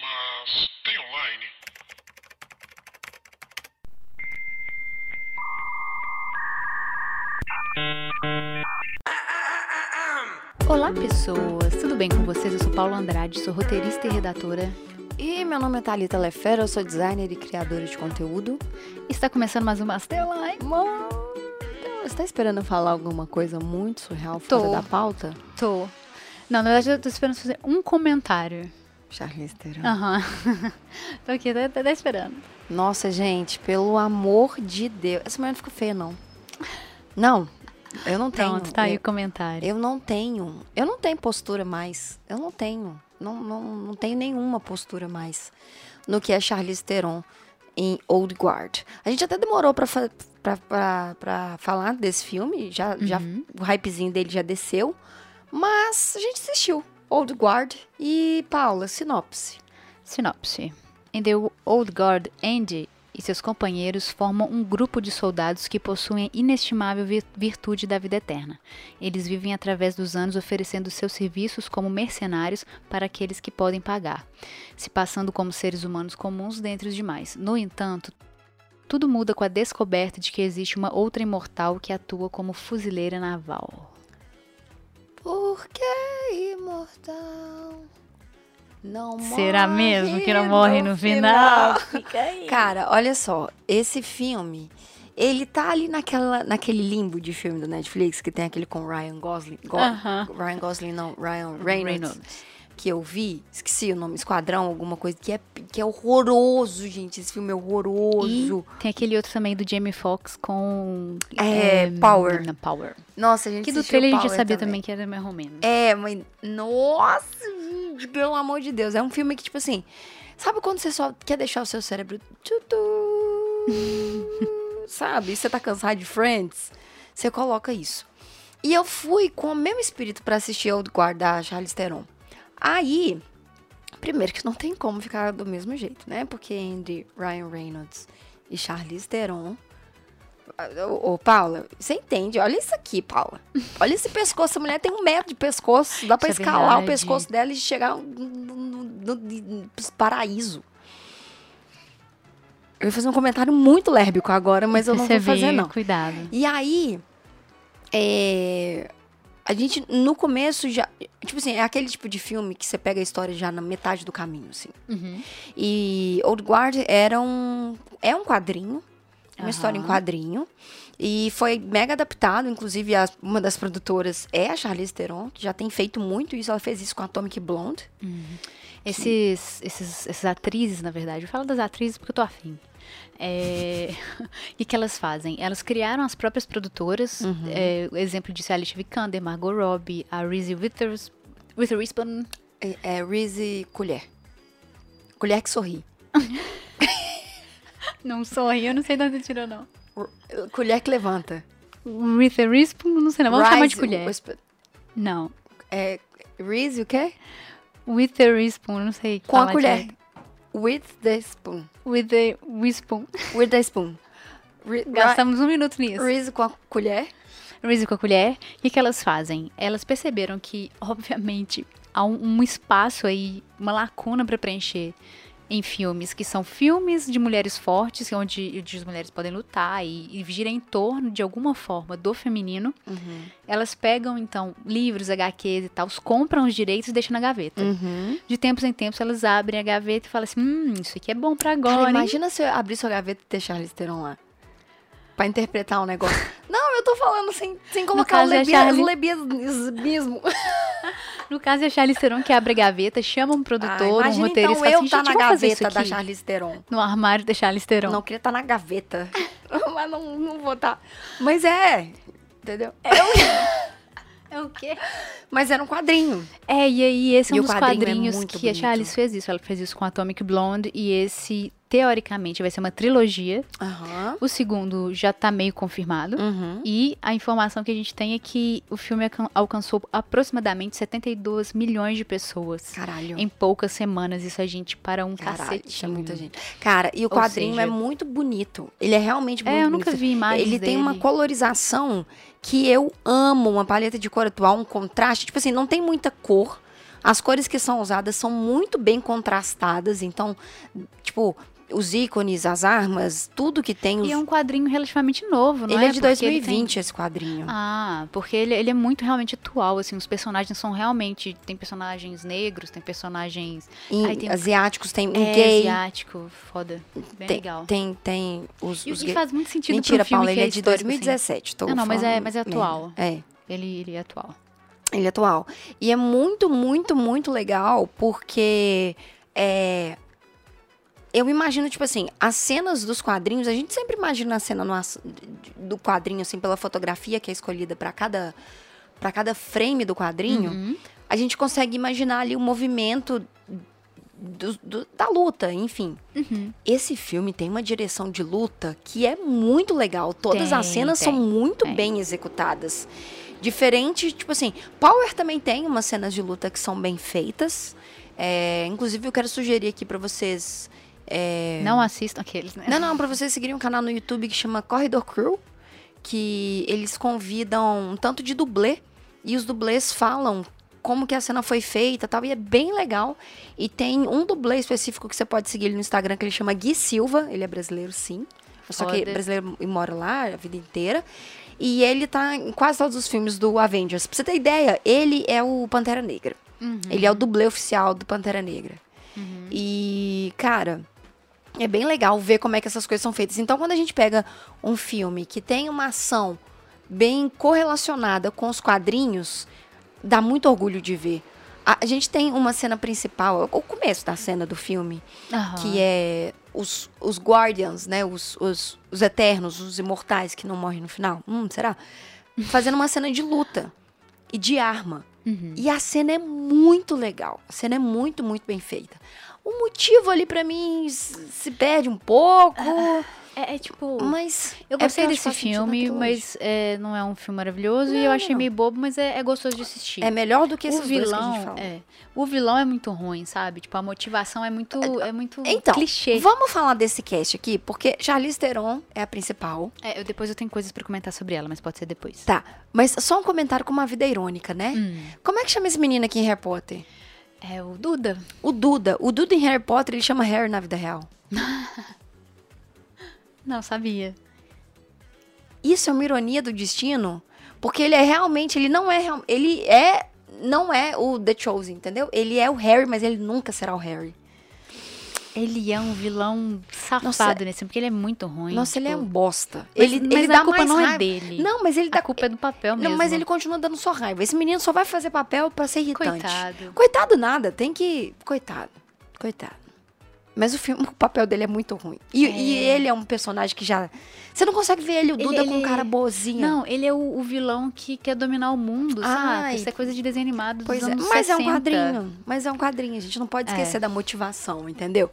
Mas tem online. Olá, pessoas! Tudo bem com vocês? Eu sou Paula Andrade, sou roteirista e redatora. E meu nome é Thalita Lefera, eu sou designer e criadora de conteúdo. Está começando mais um Masterline. Mano, você tá esperando eu falar alguma coisa muito surreal Tô. fora da pauta? Tô. Não, na verdade, eu tô esperando fazer um comentário. Charlize Theron. Aham. tô aqui, tá, tá- tá esperando. Nossa, gente, pelo amor de Deus. Essa mulher não ficou feia, não. Não, eu não tenho. Pronto, tá aí Eu, o comentário. eu não tenho. Eu não tenho postura mais. Eu não tenho. Não, não, não tenho nenhuma postura mais no que é Charlize Theron em Old Guard. A gente até demorou pra, fa- pra, pra, pra falar desse filme. Já, já Uhum. o hypezinho dele já desceu. Mas a gente assistiu. Old Guard e Paula, sinopse. Sinopse. Em The Old Guard, Andy e seus companheiros formam um grupo de soldados que possuem a inestimável vi- virtude da vida eterna. Eles vivem através dos anos oferecendo seus serviços como mercenários para aqueles que podem pagar, se passando como seres humanos comuns dentre os demais. No entanto, tudo muda com a descoberta de que existe uma outra imortal que atua como fuzileira naval. Por que imortal não morre? Será mesmo que não morre no final? Fica aí. Cara, olha só, esse filme, ele tá ali naquela, naquele limbo de filme do Netflix que tem aquele com Ryan Gosling. Go- Aham. Ryan Gosling não, Ryan Reynolds. que eu vi, esqueci o nome, Esquadrão, alguma coisa, que é, que é horroroso, gente. Esse filme é E horroroso. tem aquele outro também do Jamie Foxx com. É, em, Power. na Power. Nossa, a gente Que do assistiu trailer a gente Power já sabia também. que era mais ou menos. É, mas. Nossa, gente, pelo amor de Deus. É um filme que, tipo assim. Sabe quando você só quer deixar o seu cérebro. tutu, sabe? Você tá cansado de Friends? Você coloca isso. E eu fui com o mesmo espírito pra assistir Old Guard da Charlize Theron. Aí. Primeiro que não tem como ficar do mesmo jeito, né? Porque entre Ryan Reynolds e Charlize Theron. ah, Ô, ô, Paula, você entende? Olha isso aqui, Paula. Olha esse pescoço. Essa mulher tem um metro de pescoço. Dá pra Isso é escalar o verdade. pescoço dela e chegar no, no- no- no paraíso. Eu ia fazer um comentário muito lérbico agora, mas eu não vou Percebi, fazer, não. Cuidado. E aí, é, a gente no começo já. Tipo assim, é aquele tipo de filme que você pega a história já na metade do caminho, assim. Uhum. E Old Guard era um. É um quadrinho. Uma Aham. história em quadrinho. E foi mega adaptado. Inclusive, as- uma das produtoras é a Charlize Theron, que já tem feito muito isso. Ela fez isso com Atomic Blonde. Esses, esses, essas atrizes, na verdade, eu falo das atrizes porque eu tô afim. É, e que elas fazem? Elas criaram as próprias produtoras. Uhum. É, o exemplo disso é a Alicia Vikander, Margot Robbie, a Reese Withers, Witherspoon. É, é Reese Colher. Colher que sorri. Não sorri, eu não sei de onde tirou, não. R- Colher que levanta. Witherspoon, não sei não. Vamos chamar de Rise- colher. Whisper- Não. É, Reese o quê? With the Witherspoon, não sei. Com a falar colher. direito. With the spoon. With the Witherspoon. With the spoon. Re- Gastamos um minuto Ri- nisso. Reese com a colher. Reese com a colher. O que, que elas fazem? Elas perceberam que, obviamente, há um, um espaço aí, uma lacuna para preencher em filmes, que são filmes de mulheres fortes, onde, onde as mulheres podem lutar e, e gira em torno, de alguma forma, do feminino. Uhum. Elas pegam, então, livros, HQs e tal, compram os direitos e deixam na gaveta. Uhum. De tempos em tempos, elas abrem a gaveta e falam assim, hum, isso aqui é bom pra agora, Cara, hein?" Ah, imagina se eu abrir sua gaveta e deixar Charlize Theron lá. Pra interpretar um negócio. Não, eu tô falando sem, sem colocar o caso, é a lebia- Charli- o lebianismo. No caso, é a Charlize Theron que abre a gaveta, chama um Ah, produtor, um imagina roteirista, então e fala eu assim, tá "Gente, na vamos fazer isso gaveta da aqui Charlize Theron. no armário da Charlize Theron. Não, eu queria estar na gaveta. Mas não, não vou estar. Mas é, entendeu? É o quê? Mas era um quadrinho. É, e aí esse é E um o dos quadrinho é quadrinhos muito que a bonito. Charlize fez isso. Ela fez isso com Atomic Blonde e esse, teoricamente, vai ser uma trilogia. Aham. O segundo já tá meio confirmado. Uhum. E a informação que a gente tem é que o filme alcan- alcançou aproximadamente 72 milhões de pessoas. Caralho. Em poucas semanas, isso a gente para um Caralho, cacete. isso é muita gente. Cara, e o Ou quadrinho é seja- muito bonito. Ele é realmente muito É, eu bonito. nunca vi imagens Ele tem uma dele. colorização que eu amo, uma paleta de cor atual, um contraste. Tipo assim, não tem muita cor. As cores que são usadas são muito bem contrastadas, então, tipo, os ícones, as armas, tudo que tem. Os... E é um quadrinho relativamente novo, não ele é, de Porque 2020, tem- esse quadrinho. Ah, porque ele, ele é muito realmente atual, assim, os personagens são realmente. Tem personagens negros, tem personagens Em- aí tem- asiáticos, tem um é, gay. asiático, foda. Bem tem, legal. tem, tem os, E, os e gays. faz muito sentido Mentira, pro filme Paula, que ele é de histórico, assim. 2017. tô Não, não, mas é- falando mas é merda. atual. É. Ele, ele é atual. Ele é atual. E é muito, muito, muito legal, porque é, eu imagino, tipo assim, as cenas dos quadrinhos, a gente sempre imagina a cena no ass- do quadrinho, assim, pela fotografia que é escolhida para cada para cada frame do quadrinho, Uhum. a gente consegue imaginar ali o movimento do- do- da luta, enfim. Uhum. Esse filme tem uma direção de luta que é muito legal. Todas Tem, as cenas tem, são muito tem. bem executadas. Diferente, tipo assim, Power também tem umas cenas de luta que são bem feitas. É, inclusive, eu quero sugerir aqui pra vocês. é, Não assistam aqueles, né? Não, não, pra vocês seguirem um canal no YouTube que chama Corridor Crew, que eles convidam um tanto de dublê e os dublês falam como que a cena foi feita e tal, e é bem legal. E tem um dublê específico que você pode seguir ele no Instagram, que ele chama Gui Silva, ele é brasileiro sim, só que Foda. brasileiro e mora lá a vida inteira. E ele tá em quase todos os filmes do Avengers. Pra você ter ideia, ele é o Pantera Negra. Uhum. Ele é o dublê oficial do Pantera Negra. Uhum. E, cara, é bem legal ver como é que essas coisas são feitas. Então, quando a gente pega um filme que tem uma ação bem correlacionada com os quadrinhos, dá muito orgulho de ver. A, a gente tem uma cena principal, o começo da cena do filme, Aham. que é os, os Guardians, né? Os, os, os Eternos, os Imortais que não morrem no final. Hum, será? Fazendo uma cena de luta e de arma. Uhum. E a cena é muito legal. A cena é muito, muito bem feita. O motivo ali pra mim s- se perde um pouco, É, é tipo. mas Eu é porque gostei eles desse fazem sentido filme, naquilo mas é, não é um filme maravilhoso e Não, eu achei não. meio bobo, mas é, é gostoso de assistir. é melhor do que o esses dois que a gente vilão, fala. é, o vilão é muito ruim, sabe? Tipo, a motivação é muito, é muito Então, clichê. Vamos falar desse cast aqui, porque Charlize Theron é a principal. É, eu- depois eu tenho coisas pra comentar sobre ela, mas pode ser depois. Tá, mas só um comentário com uma vida irônica, né? Hum. Como é que chama esse menino aqui em Harry Potter? É o Duda. O Duda. O Duda em Harry Potter, ele chama Harry na vida real. Não sabia. isso é uma ironia do destino, porque ele é realmente, ele não é, real- ele é, não é o The Chosen, entendeu? Ele é o Harry, mas ele nunca será o Harry. Ele é um vilão safado Nossa. nesse filme, porque ele é muito ruim. Nossa, ele é tipo, um bosta. mas- ele mas ele a dá culpa mais não é raiva. dele. Não, mas ele dá a culpa é do papel mesmo. um Não, mas ele continua dando só raiva. Esse menino só vai fazer papel pra ser irritante. Coitado. Coitado nada, tem que, coitado. Coitado. Mas o filme, o papel dele é muito ruim. E, e ele é um personagem que já você não consegue ver ele o Ele- Duda com um ele- cara boazinha. Não, ele é o, o vilão que quer dominar o mundo, Ai. sabe? Isso é coisa de desenho animado dos Pois é, anos mas é um 60. quadrinho. Mas é um quadrinho, a gente não pode esquecer da motivação, entendeu?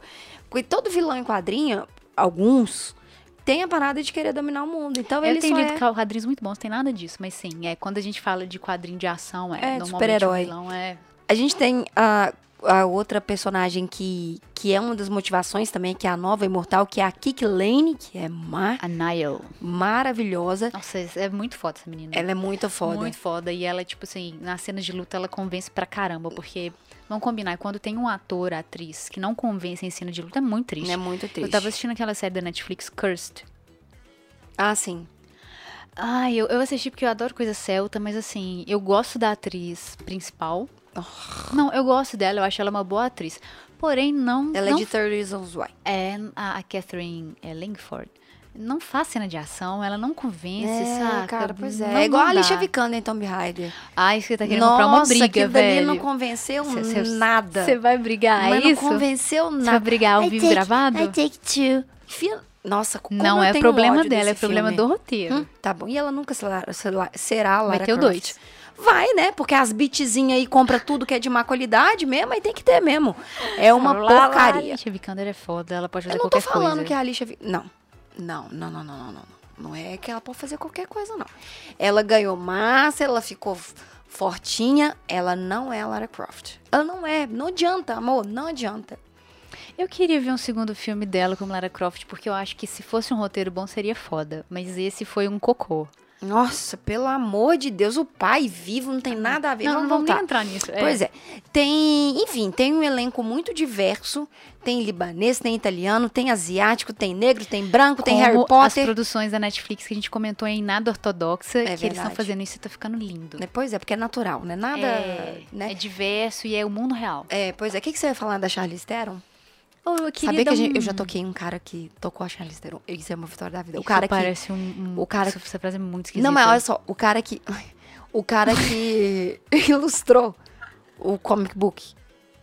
Porque todo vilão em quadrinho, alguns, tem a parada de querer dominar o mundo. Então Eu ele tenho só lido é... quadrinhos muito bons, tem nada disso, mas sim, é quando a gente fala de quadrinho de ação, é, É, normalmente super-herói. o vilão é A gente tem a, a outra personagem que, que é uma das motivações também, que é a nova imortal, que é a Kik Lane, que é ma- a Niall. maravilhosa. Nossa, é muito foda essa menina. Ela é muito foda. Muito foda. E ela, tipo assim, nas cenas de luta, ela convence pra caramba. Porque, vamos combinar, quando tem um ator, atriz, que não convence em cena de luta, é muito triste. É muito triste. Eu tava assistindo aquela série da Netflix, Cursed. Ah, sim. Ai, eu, eu assisti porque eu adoro coisa celta, mas assim, eu gosto da atriz principal. Não, eu gosto dela, eu acho ela uma boa atriz. Porém, não. Ela não é de 30 Reasons Why. é a, a Catherine é, Langford. Não faz cena de ação, ela não convence, é, saca? cara, pois é. Não- é igual não a Alicia dá. Vikander em Tomb Raider. Ai, você tá querendo comprar uma briga, que dali velho. não convenceu Cê- cê- nada. Você vai brigar, mas é não isso? convenceu Você vai nada. brigar ao I vivo take- gravado? I take two. Fi- Nossa, como Não eu é tenho problema ódio dela, é desse problema filme. do roteiro. Hum, tá bom. E ela nunca se la- se la- será a Lara Meteu Croft. dois. Vai, né? Porque as bitzinhas aí compra tudo que é de má qualidade mesmo, aí tem que ter mesmo. É uma Lá, lá, porcaria. Alicia Vikander é foda, ela pode fazer Eu não tô qualquer falando coisa. que é- a Alicia... Vi- Não. não, não, não, não, não, não. Não é que ela pode fazer qualquer coisa, não. Ela ganhou massa, ela ficou f- fortinha, ela não é a Lara Croft. Ela não é, não adianta, amor, não adianta. Eu queria ver um segundo filme dela como Lara Croft, porque eu acho que se fosse um roteiro bom seria foda. Mas esse foi um cocô. Nossa, pelo amor de Deus, o pai vivo não tem nada a ver. Não, vamos não vamos voltar. nem entrar nisso. É. Pois é. Tem, enfim, tem um elenco muito diverso. Tem libanês, tem italiano, tem asiático, tem negro, tem branco, é, tem Como Harry As Potter. É produções da Netflix que a gente comentou em nada ortodoxa, que eles estão verdade. fazendo isso e tá ficando lindo. Né, Pois é, porque é natural, né? Nada, é, né? é diverso e é o mundo real. É, pois é. O que, que você ia falar da Charlize Theron? Ou eu Sabia que a dar gente- eu um- já toquei um cara que tocou a Charlize Theron. Isso é uma vitória da vida. O Isso cara que parece um, um- o cara Isso, essa frase é muito esquisita. Não, mas olha só, o cara que. O cara que ilustrou o comic book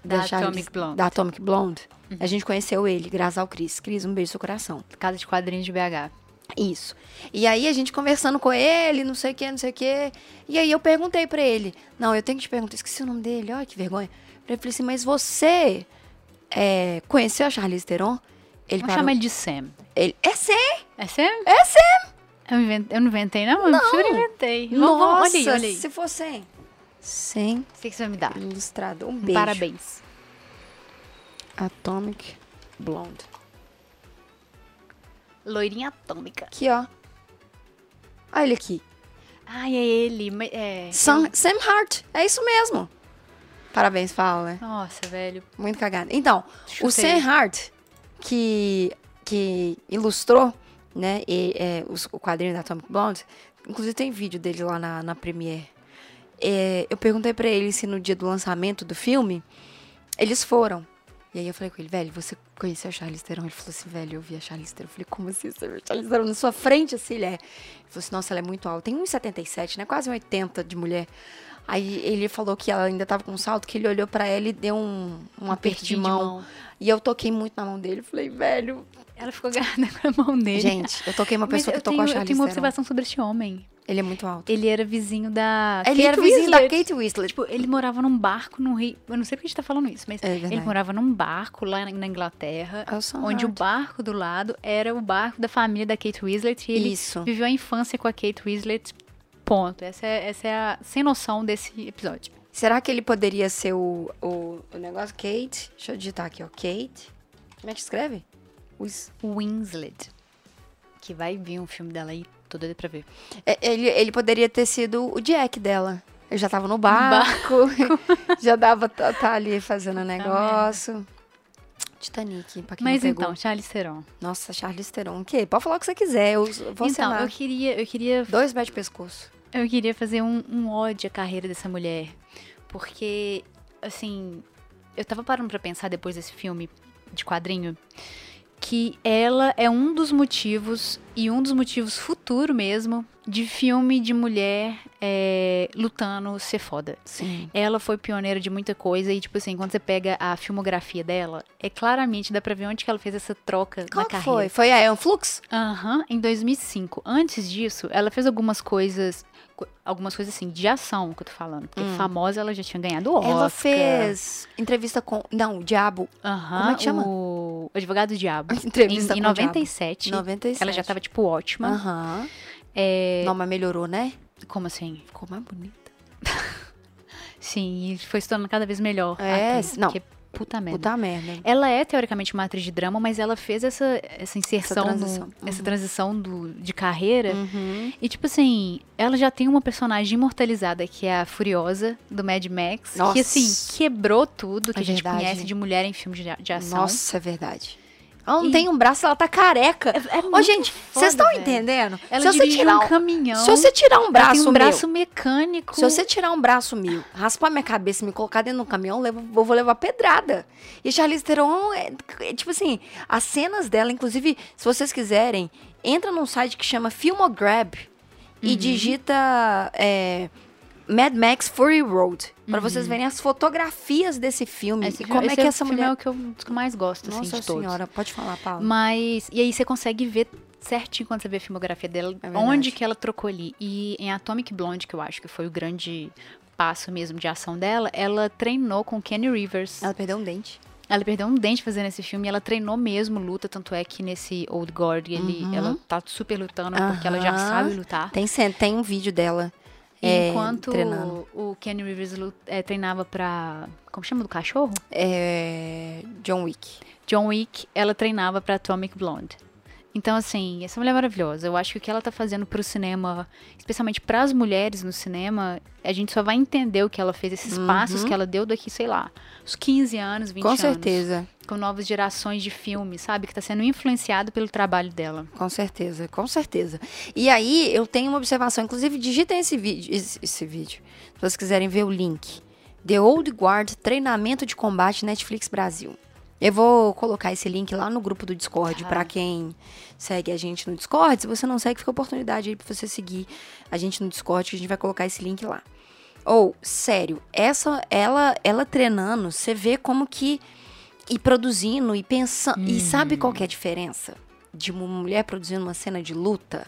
Da Charlize- Atomic Blonde. Uhum. da Atomic Blonde. A gente conheceu ele, graças ao Cris. Cris, um beijo no seu coração. Casa de quadrinhos de BH. Isso. E aí a gente conversando com ele, não sei o que, não sei o que. E aí eu perguntei pra ele. Não, eu tenho que te perguntar, esqueci o nome dele, olha que vergonha. Eu falei assim, mas você é, conheceu a Charlize Theron? Vamos Ele parou- chamar ele de Sam. ele, é sério? É Sam? É sério? Eu, inventei, eu não inventei, não. Eu juro que inventei. Vamos, vamos, olha aí, Nossa, olha aí. se for sem. Sem O que que você vai me dar? ilustrador. Um beijo. Parabéns. Atomic Blonde. Loirinha atômica. Aqui, ó. Olha ele aqui. Ai, é ele. mas- É. Sam, Sam Hart. É isso mesmo. Parabéns, fala, né? Nossa, velho. Muito cagada. Então, o Chutei. Sam Hart, que, que ilustrou né, e, é, os- o quadrinho da Atomic Blonde, inclusive tem vídeo dele lá na, na Premiere. É, eu perguntei pra ele se no dia do lançamento do filme, eles foram. E aí eu falei com ele, velho, você conheceu a Charlize Theron? Ele falou assim, velho, eu vi a Charlize Theron. Eu falei, como assim? Você viu a Charlize Theron na sua frente, assim, ele é. Ele falou assim, nossa, ela é muito alta. Tem 1,77, né? Quase 1,80 de mulher. Aí ele falou que ela ainda tava com um salto, que ele olhou pra ela e deu um, um aperto de apertinho de mão. mão. E eu toquei muito na mão dele. Eu Falei, velho... Ela ficou agarrada com a mão dele. Gente, eu toquei uma Mas pessoa eu que tocou tenho, a eu Charlize tenho uma Theron. observação sobre este homem. Ele é muito alto. Ele era vizinho da. Ele Kate era vizinho da Winslet. Kate Whistler. Tipo, ele morava num barco no Rio. Eu não sei porque a gente tá falando isso, mas É verdade. ele morava num barco lá na- na Inglaterra, É o Sam onde o Hart. barco do lado era o barco da família da Kate Winslet. E ele Isso. viveu a infância com a Kate Winslet. Ponto. Essa é, essa é a sem noção desse episódio. Será que ele poderia ser o, o, o negócio? Kate. Deixa eu digitar aqui, ó. Kate. Como é que escreve? Os- Winslet. Que vai vir um filme dela aí, tô doida pra ver. É, Ele, ele poderia ter sido o Jack dela. Eu já tava no barco. já dava tá, tá ali fazendo negócio. Titanic, pra quem Mas não pegou. então, Charles Theron. Nossa, Charlize Theron. O quê? Pode falar o que você quiser. Eu vou Então, assinar. eu queria, eu queria Dois pés de pescoço. Eu queria fazer um, um ódio à carreira dessa mulher. Porque, assim, eu tava parando pra pensar depois desse filme de quadrinho que ela é um dos motivos, e um dos motivos futuro mesmo, de filme de mulher é, lutando ser foda. Sim. Ela foi pioneira de muita coisa e, tipo assim, quando você pega a filmografia dela, é claramente, dá pra ver onde que ela fez essa troca Qual na que carreira. foi? Foi a Eon Flux? Aham, em 2005. Antes disso, ela fez algumas coisas, co- algumas coisas assim, de ação, que eu tô falando. Porque famosa ela já tinha ganhado o Oscar. Hum. Ela fez entrevista com. Não, o Diabo. Aham, como é que chama? o Advogado do Diabo. Entrevista em, em tá com o Diabo. 97, 97. ela já tava, É, tipo, ótima. Aham. Não, mas melhorou, né? Como assim? Ficou mais bonita. Sim, e foi se tornando cada vez melhor. É, atriz, não. Porque, puta merda. Puta merda. Ela é teoricamente uma atriz de drama, mas ela fez essa, essa inserção, no- transição. essa transição do, de carreira Uhum. E, tipo assim, ela já tem uma personagem imortalizada, que é a Furiosa, do Mad Max. Que, Nossa. assim, quebrou tudo que É a gente verdade. conhece de mulher em filmes de, de ação. Nossa, é verdade. Ela não E- É tem um braço, ela tá careca. Ô, muito gente, foda, vocês estão velho. entendendo? Ela se você dirige tirar um caminhão. Se você tirar um ela braço, tem um meu, braço mecânico. se você tirar um braço meu, raspar minha cabeça e me colocar dentro de um caminhão, eu, levo- eu vou levar pedrada. E Charlize Theron, é, é tipo assim, as cenas dela, inclusive, se vocês quiserem, entra num site que chama Filmograb Uhum. e digita é, Mad Max Fury Road, pra vocês verem as fotografias desse filme Uhum. Esse e filme- como é esse que essa filme mulher... é o que eu, dos que eu mais gosto, assim, Nossa de todos. senhora, pode falar, Paula. Mas. E aí você consegue ver certinho quando você vê a filmografia dela, É verdade. onde que ela trocou ali. E em Atomic Blonde, que eu acho que foi o grande passo mesmo de ação dela, ela treinou com Kenny Rivers. Ela perdeu um dente. Ela perdeu um dente fazendo esse filme e ela treinou mesmo luta, tanto é que nesse Old Guard ele, ela tá super lutando porque ela já Uhum. Aham. sabe lutar. Tem, cen- tem um vídeo dela é, Ah. Enquanto treinando. o Kenny Rivers lu- é, treinava pra. Como chama do cachorro? É, John Wick. John Wick, ela treinava pra Atomic Blonde. Então, assim, essa mulher é maravilhosa. Eu acho que o que ela tá fazendo pro cinema, especialmente para as mulheres no cinema, a gente só vai entender o que ela fez, esses passos que ela deu daqui, sei lá, uns 15 anos, 20 Uhum. Com anos. certeza, Com novas gerações de filmes, sabe? Que tá sendo influenciado pelo trabalho dela. com certeza, com certeza. E aí eu tenho uma observação, inclusive digitem esse vídeo, esse, esse vídeo, se vocês quiserem ver o link. The Old Guard Treinamento de Combate Netflix Brasil. Eu vou colocar esse link lá no grupo do Discord Tá. pra quem segue a gente no Discord. Se você não segue, fica a oportunidade aí pra você seguir a gente no Discord, que a gente vai colocar esse link lá. Ou, sério, essa ela ela treinando, você vê como que e produzindo e pensando, e sabe qual que é a diferença de uma mulher produzindo uma cena de luta?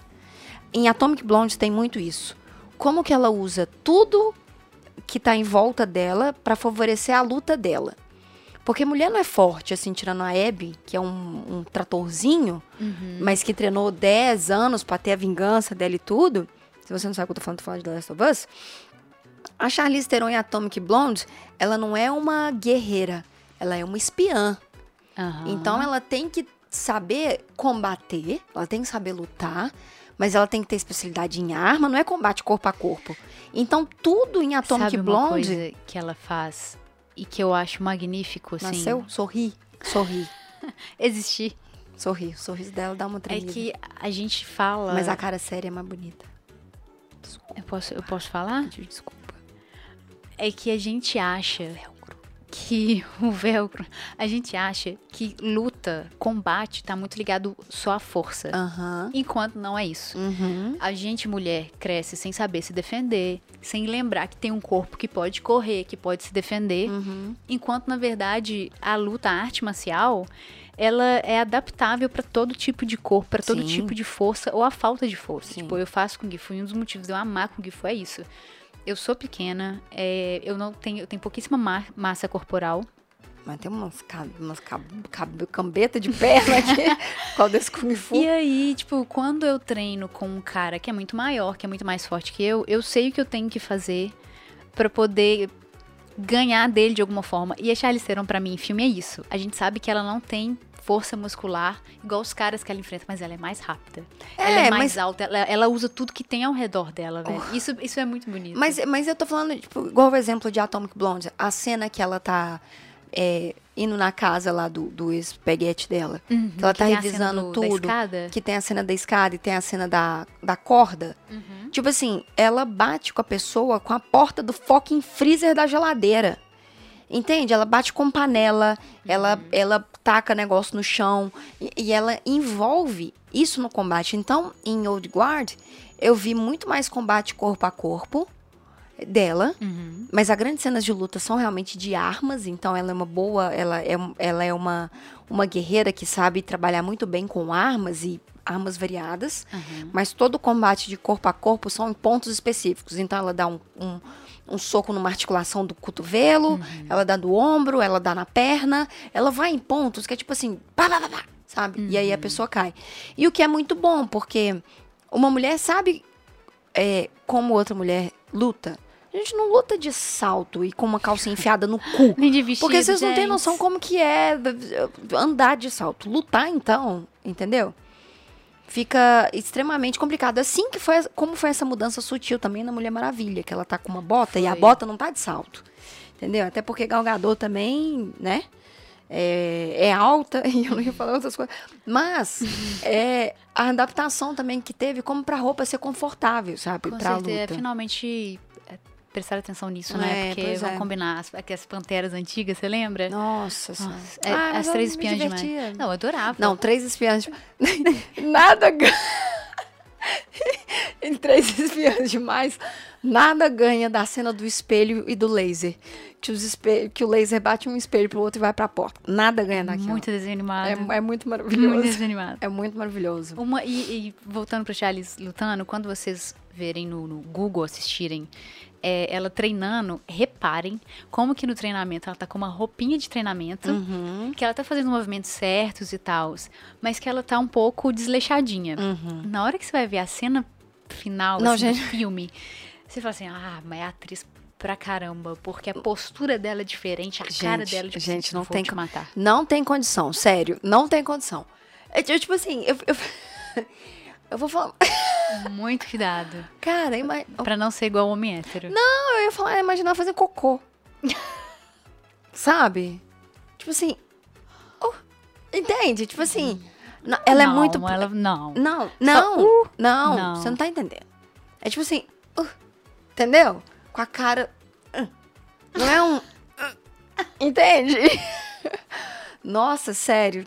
Em Atomic Blonde tem muito isso. Como que ela usa tudo que tá em volta dela pra favorecer a luta dela? Porque mulher não é forte, assim, tirando a Abby, que é um, um tratorzinho, mas que treinou 10 anos pra ter a vingança dela e tudo. Se você não sabe o que eu tô falando, tô falando de The Last of Us. A Charlize Theron em Atomic Blonde, ela não é uma guerreira, ela é uma espiã. Aham. Então ela tem que saber combater, ela tem que saber lutar, mas ela tem que ter especialidade em arma, não é combate corpo a corpo. Então tudo em Atomic sabe uma Blonde coisa que ela faz e que eu acho magnífico, assim, nasceu, sorri, sorri, existir, sorri, o sorriso dela dá uma é tremida. que a gente fala... Mas a cara séria é mais bonita. Eu posso, eu posso falar? Desculpa. É que a gente acha... que o velcro. A gente acha que luta, combate, tá muito ligado só à força. Aham. Enquanto não é isso. Uhum. A gente, mulher, cresce sem saber se defender, sem lembrar que tem um corpo que pode correr, que pode se defender. Uhum. Enquanto, na verdade, a luta, a arte marcial, ela é adaptável para todo tipo de corpo, para todo Sim. tipo de força ou a falta de força. Sim. Tipo, eu faço Kung Fu e um dos motivos de eu amar Kung Fu é isso. Eu sou pequena, é, eu não tenho, eu tenho pouquíssima ma- massa corporal. Mas tem umas, ca... umas ca- cab- cambeta de perna aqui. Qual desse Kung Fu? E aí, tipo, quando eu treino com um cara que é muito maior, que é muito mais forte que eu, eu sei o que eu tenho que fazer pra poder ganhar dele de alguma forma. E a Charlize Theron, pra mim, em filme é isso. A gente sabe que ela não tem força muscular igual os caras que ela enfrenta, mas ela é mais rápida. ela É, é mais alta, ela, ela usa tudo que tem ao redor dela, velho. Isso, isso é muito bonito. Oh. Mas, mas eu tô falando, tipo, igual o exemplo de Atomic Blonde. A cena que ela tá é, indo na casa lá do, do espaguete dela. Uhum, que ela tá tem a cena revisando do- da tudo. escada. Que tem a cena da escada e tem a cena da, da corda. Tipo assim, ela bate com a pessoa com a porta do fucking freezer da geladeira. Entende? Ela bate com panela, ela, ela taca negócio no chão e, e ela envolve isso no combate. Então, em Old Guard, eu vi muito mais combate corpo a corpo dela, Uhum. mas as grandes cenas de luta são realmente de armas, então ela é uma boa, ela é, um- ela é uma, uma guerreira que sabe trabalhar muito bem com armas e armas variadas. Uhum. Mas todo combate de corpo a corpo são em pontos específicos. Então ela dá um, um, um soco numa articulação do cotovelo, ela dá do ombro, ela dá na perna, ela vai em pontos que é tipo assim, pá, pá, pá, pá, sabe? E aí a pessoa cai. E o que é muito bom, porque uma mulher sabe é, como outra mulher luta. A gente não luta de salto e com uma calça enfiada no cu. Nem de vestido, Porque vocês não têm gente. noção como que é andar de salto. Lutar, então, entendeu? Fica extremamente complicado. Assim que foi, como foi essa mudança sutil também na Mulher Maravilha, que ela tá com uma bota e a Foi. bota não tá de salto. Entendeu? Até porque Galgador também, né? É, é alta, e eu não ia falar outras coisas. Mas é, a adaptação também que teve, como pra roupa ser confortável, sabe? Com pra certeza, é luta. finalmente é, prestar atenção nisso, É, né? Porque pois vão é. combinar as, aquelas panteras antigas, você lembra? Nossa, senhora. Nossa, é, Ah, mas as eu três me espiãs de demais. divertia. Não, eu adorava. Não, três espiãs. de- nada ganha. em três espiãs demais, nada ganha da cena do espelho e do laser. Que, os espe- que o laser bate um espelho pro outro e vai pra porta. Nada ganha daquilo. muito desenho animado. é, é muito muito maravilhoso. desenho animado. É muito maravilhoso. Uma, e, e voltando pro Charles lutando, quando vocês verem no, no Google, assistirem é, ela treinando, reparem como que no treinamento ela tá com uma roupinha de treinamento, Uhum. que ela tá fazendo os movimentos certos e tal, mas que ela tá um pouco desleixadinha. Uhum. Na hora que você vai ver a cena final Não, assim, do filme, você fala assim, ah, mas é atriz pra caramba, porque a postura dela é diferente, a cara Gente, dela é diferente. gente, não tem que co- matar. Não tem condição, sério, não tem condição. Eu, eu, tipo assim, eu, eu, eu vou falar. Muito cuidado. Cara, ima... Pra não ser igual homem hétero. não, eu ia falar, "Ah, imaginar fazer cocô. Sabe? Tipo assim. oh, entende? Tipo assim. na- Ela Não, é muito. Ela, não. Não, não, não, Não. Você não tá entendendo. É tipo assim. uh, entendeu? Com a cara. uh. não é um. uh, entende? Nossa, sério.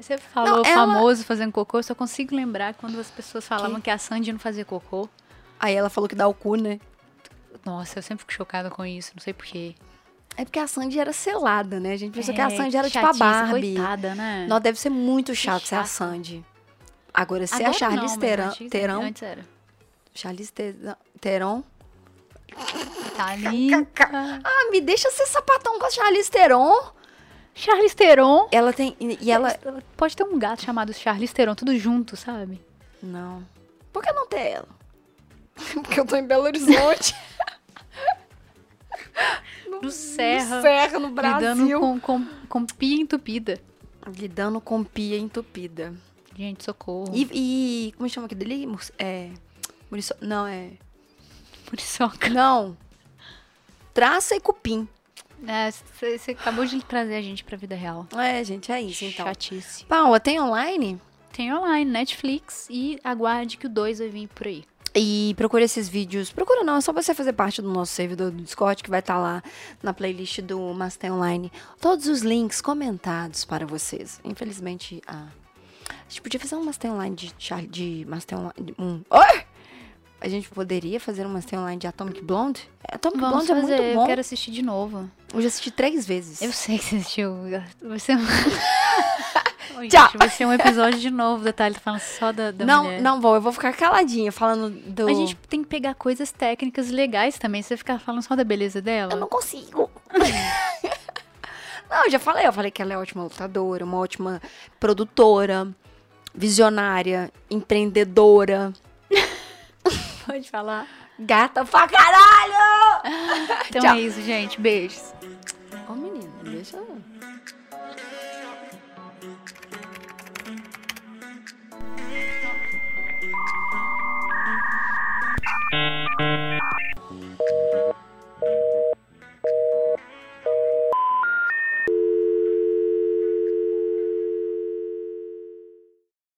Você falou Não, ela- famoso fazendo cocô, eu só consigo lembrar quando as pessoas falavam que a Sandy não fazia cocô. Aí ela falou que dá o cu, né? Nossa, eu sempre fico chocada com isso, não sei porquê. É porque a Sandy era selada, né? A gente pensou É, que a Sandy era tipo a chatice, Barbie. Coitada, né? Nossa, deve ser muito É. chato ser a chato. Sandy. Agora, se a Agora não, Charlize mas Theron- antes- Theron- Antes era. Charlize Theron- Theron. Tá Thalita. Ah, me deixa ser sapatão com a Charlize Theron. Charlize Theron. Ela tem. E e ela. Pode ter um gato chamado Charlize Theron, tudo junto, sabe? Não. Por que não ter ela? Porque eu tô em Belo Horizonte. No Serra. No Serra, no Lidando Brasil. com, com, com pia entupida. Lidando com pia entupida. Gente, socorro. E, e- Como chama aqui dele? Murs- É. Muriço... Não, é. Muriçoca. Não. Traça e cupim. Você É, acabou de trazer a gente pra vida real. É, gente, é isso então. Chatice. Paula, tem online? Tem online, Netflix e aguarde que o 2 vai vir por aí. E procura esses vídeos. Procura não, é só você fazer parte do nosso servidor do Discord que vai estar lá na playlist do Master Online. Todos os links comentados para vocês. Infelizmente, a. A gente podia fazer um Master Online de, Char- de Master Online. Um. Oi! A gente poderia fazer um Master Online de Atomic Blonde? Atomic Vamos Blonde fazer, é muito eu bom. quero assistir de novo. Eu já assisti três vezes. Eu sei que você assistiu. Vai ser um... Oi, Tchau. gente, vai ser um episódio de novo da Thalita falando só da, da não, mulher. não vou, eu vou ficar caladinha falando do. A gente tem que pegar coisas técnicas legais também. Você ficar falando só da beleza dela. Eu não consigo. não, eu já falei. Eu falei que ela é ótima lutadora, uma ótima produtora, visionária, empreendedora. pode falar. Gata pra caralho! Então Tchau. é isso, Então gente. Beijos.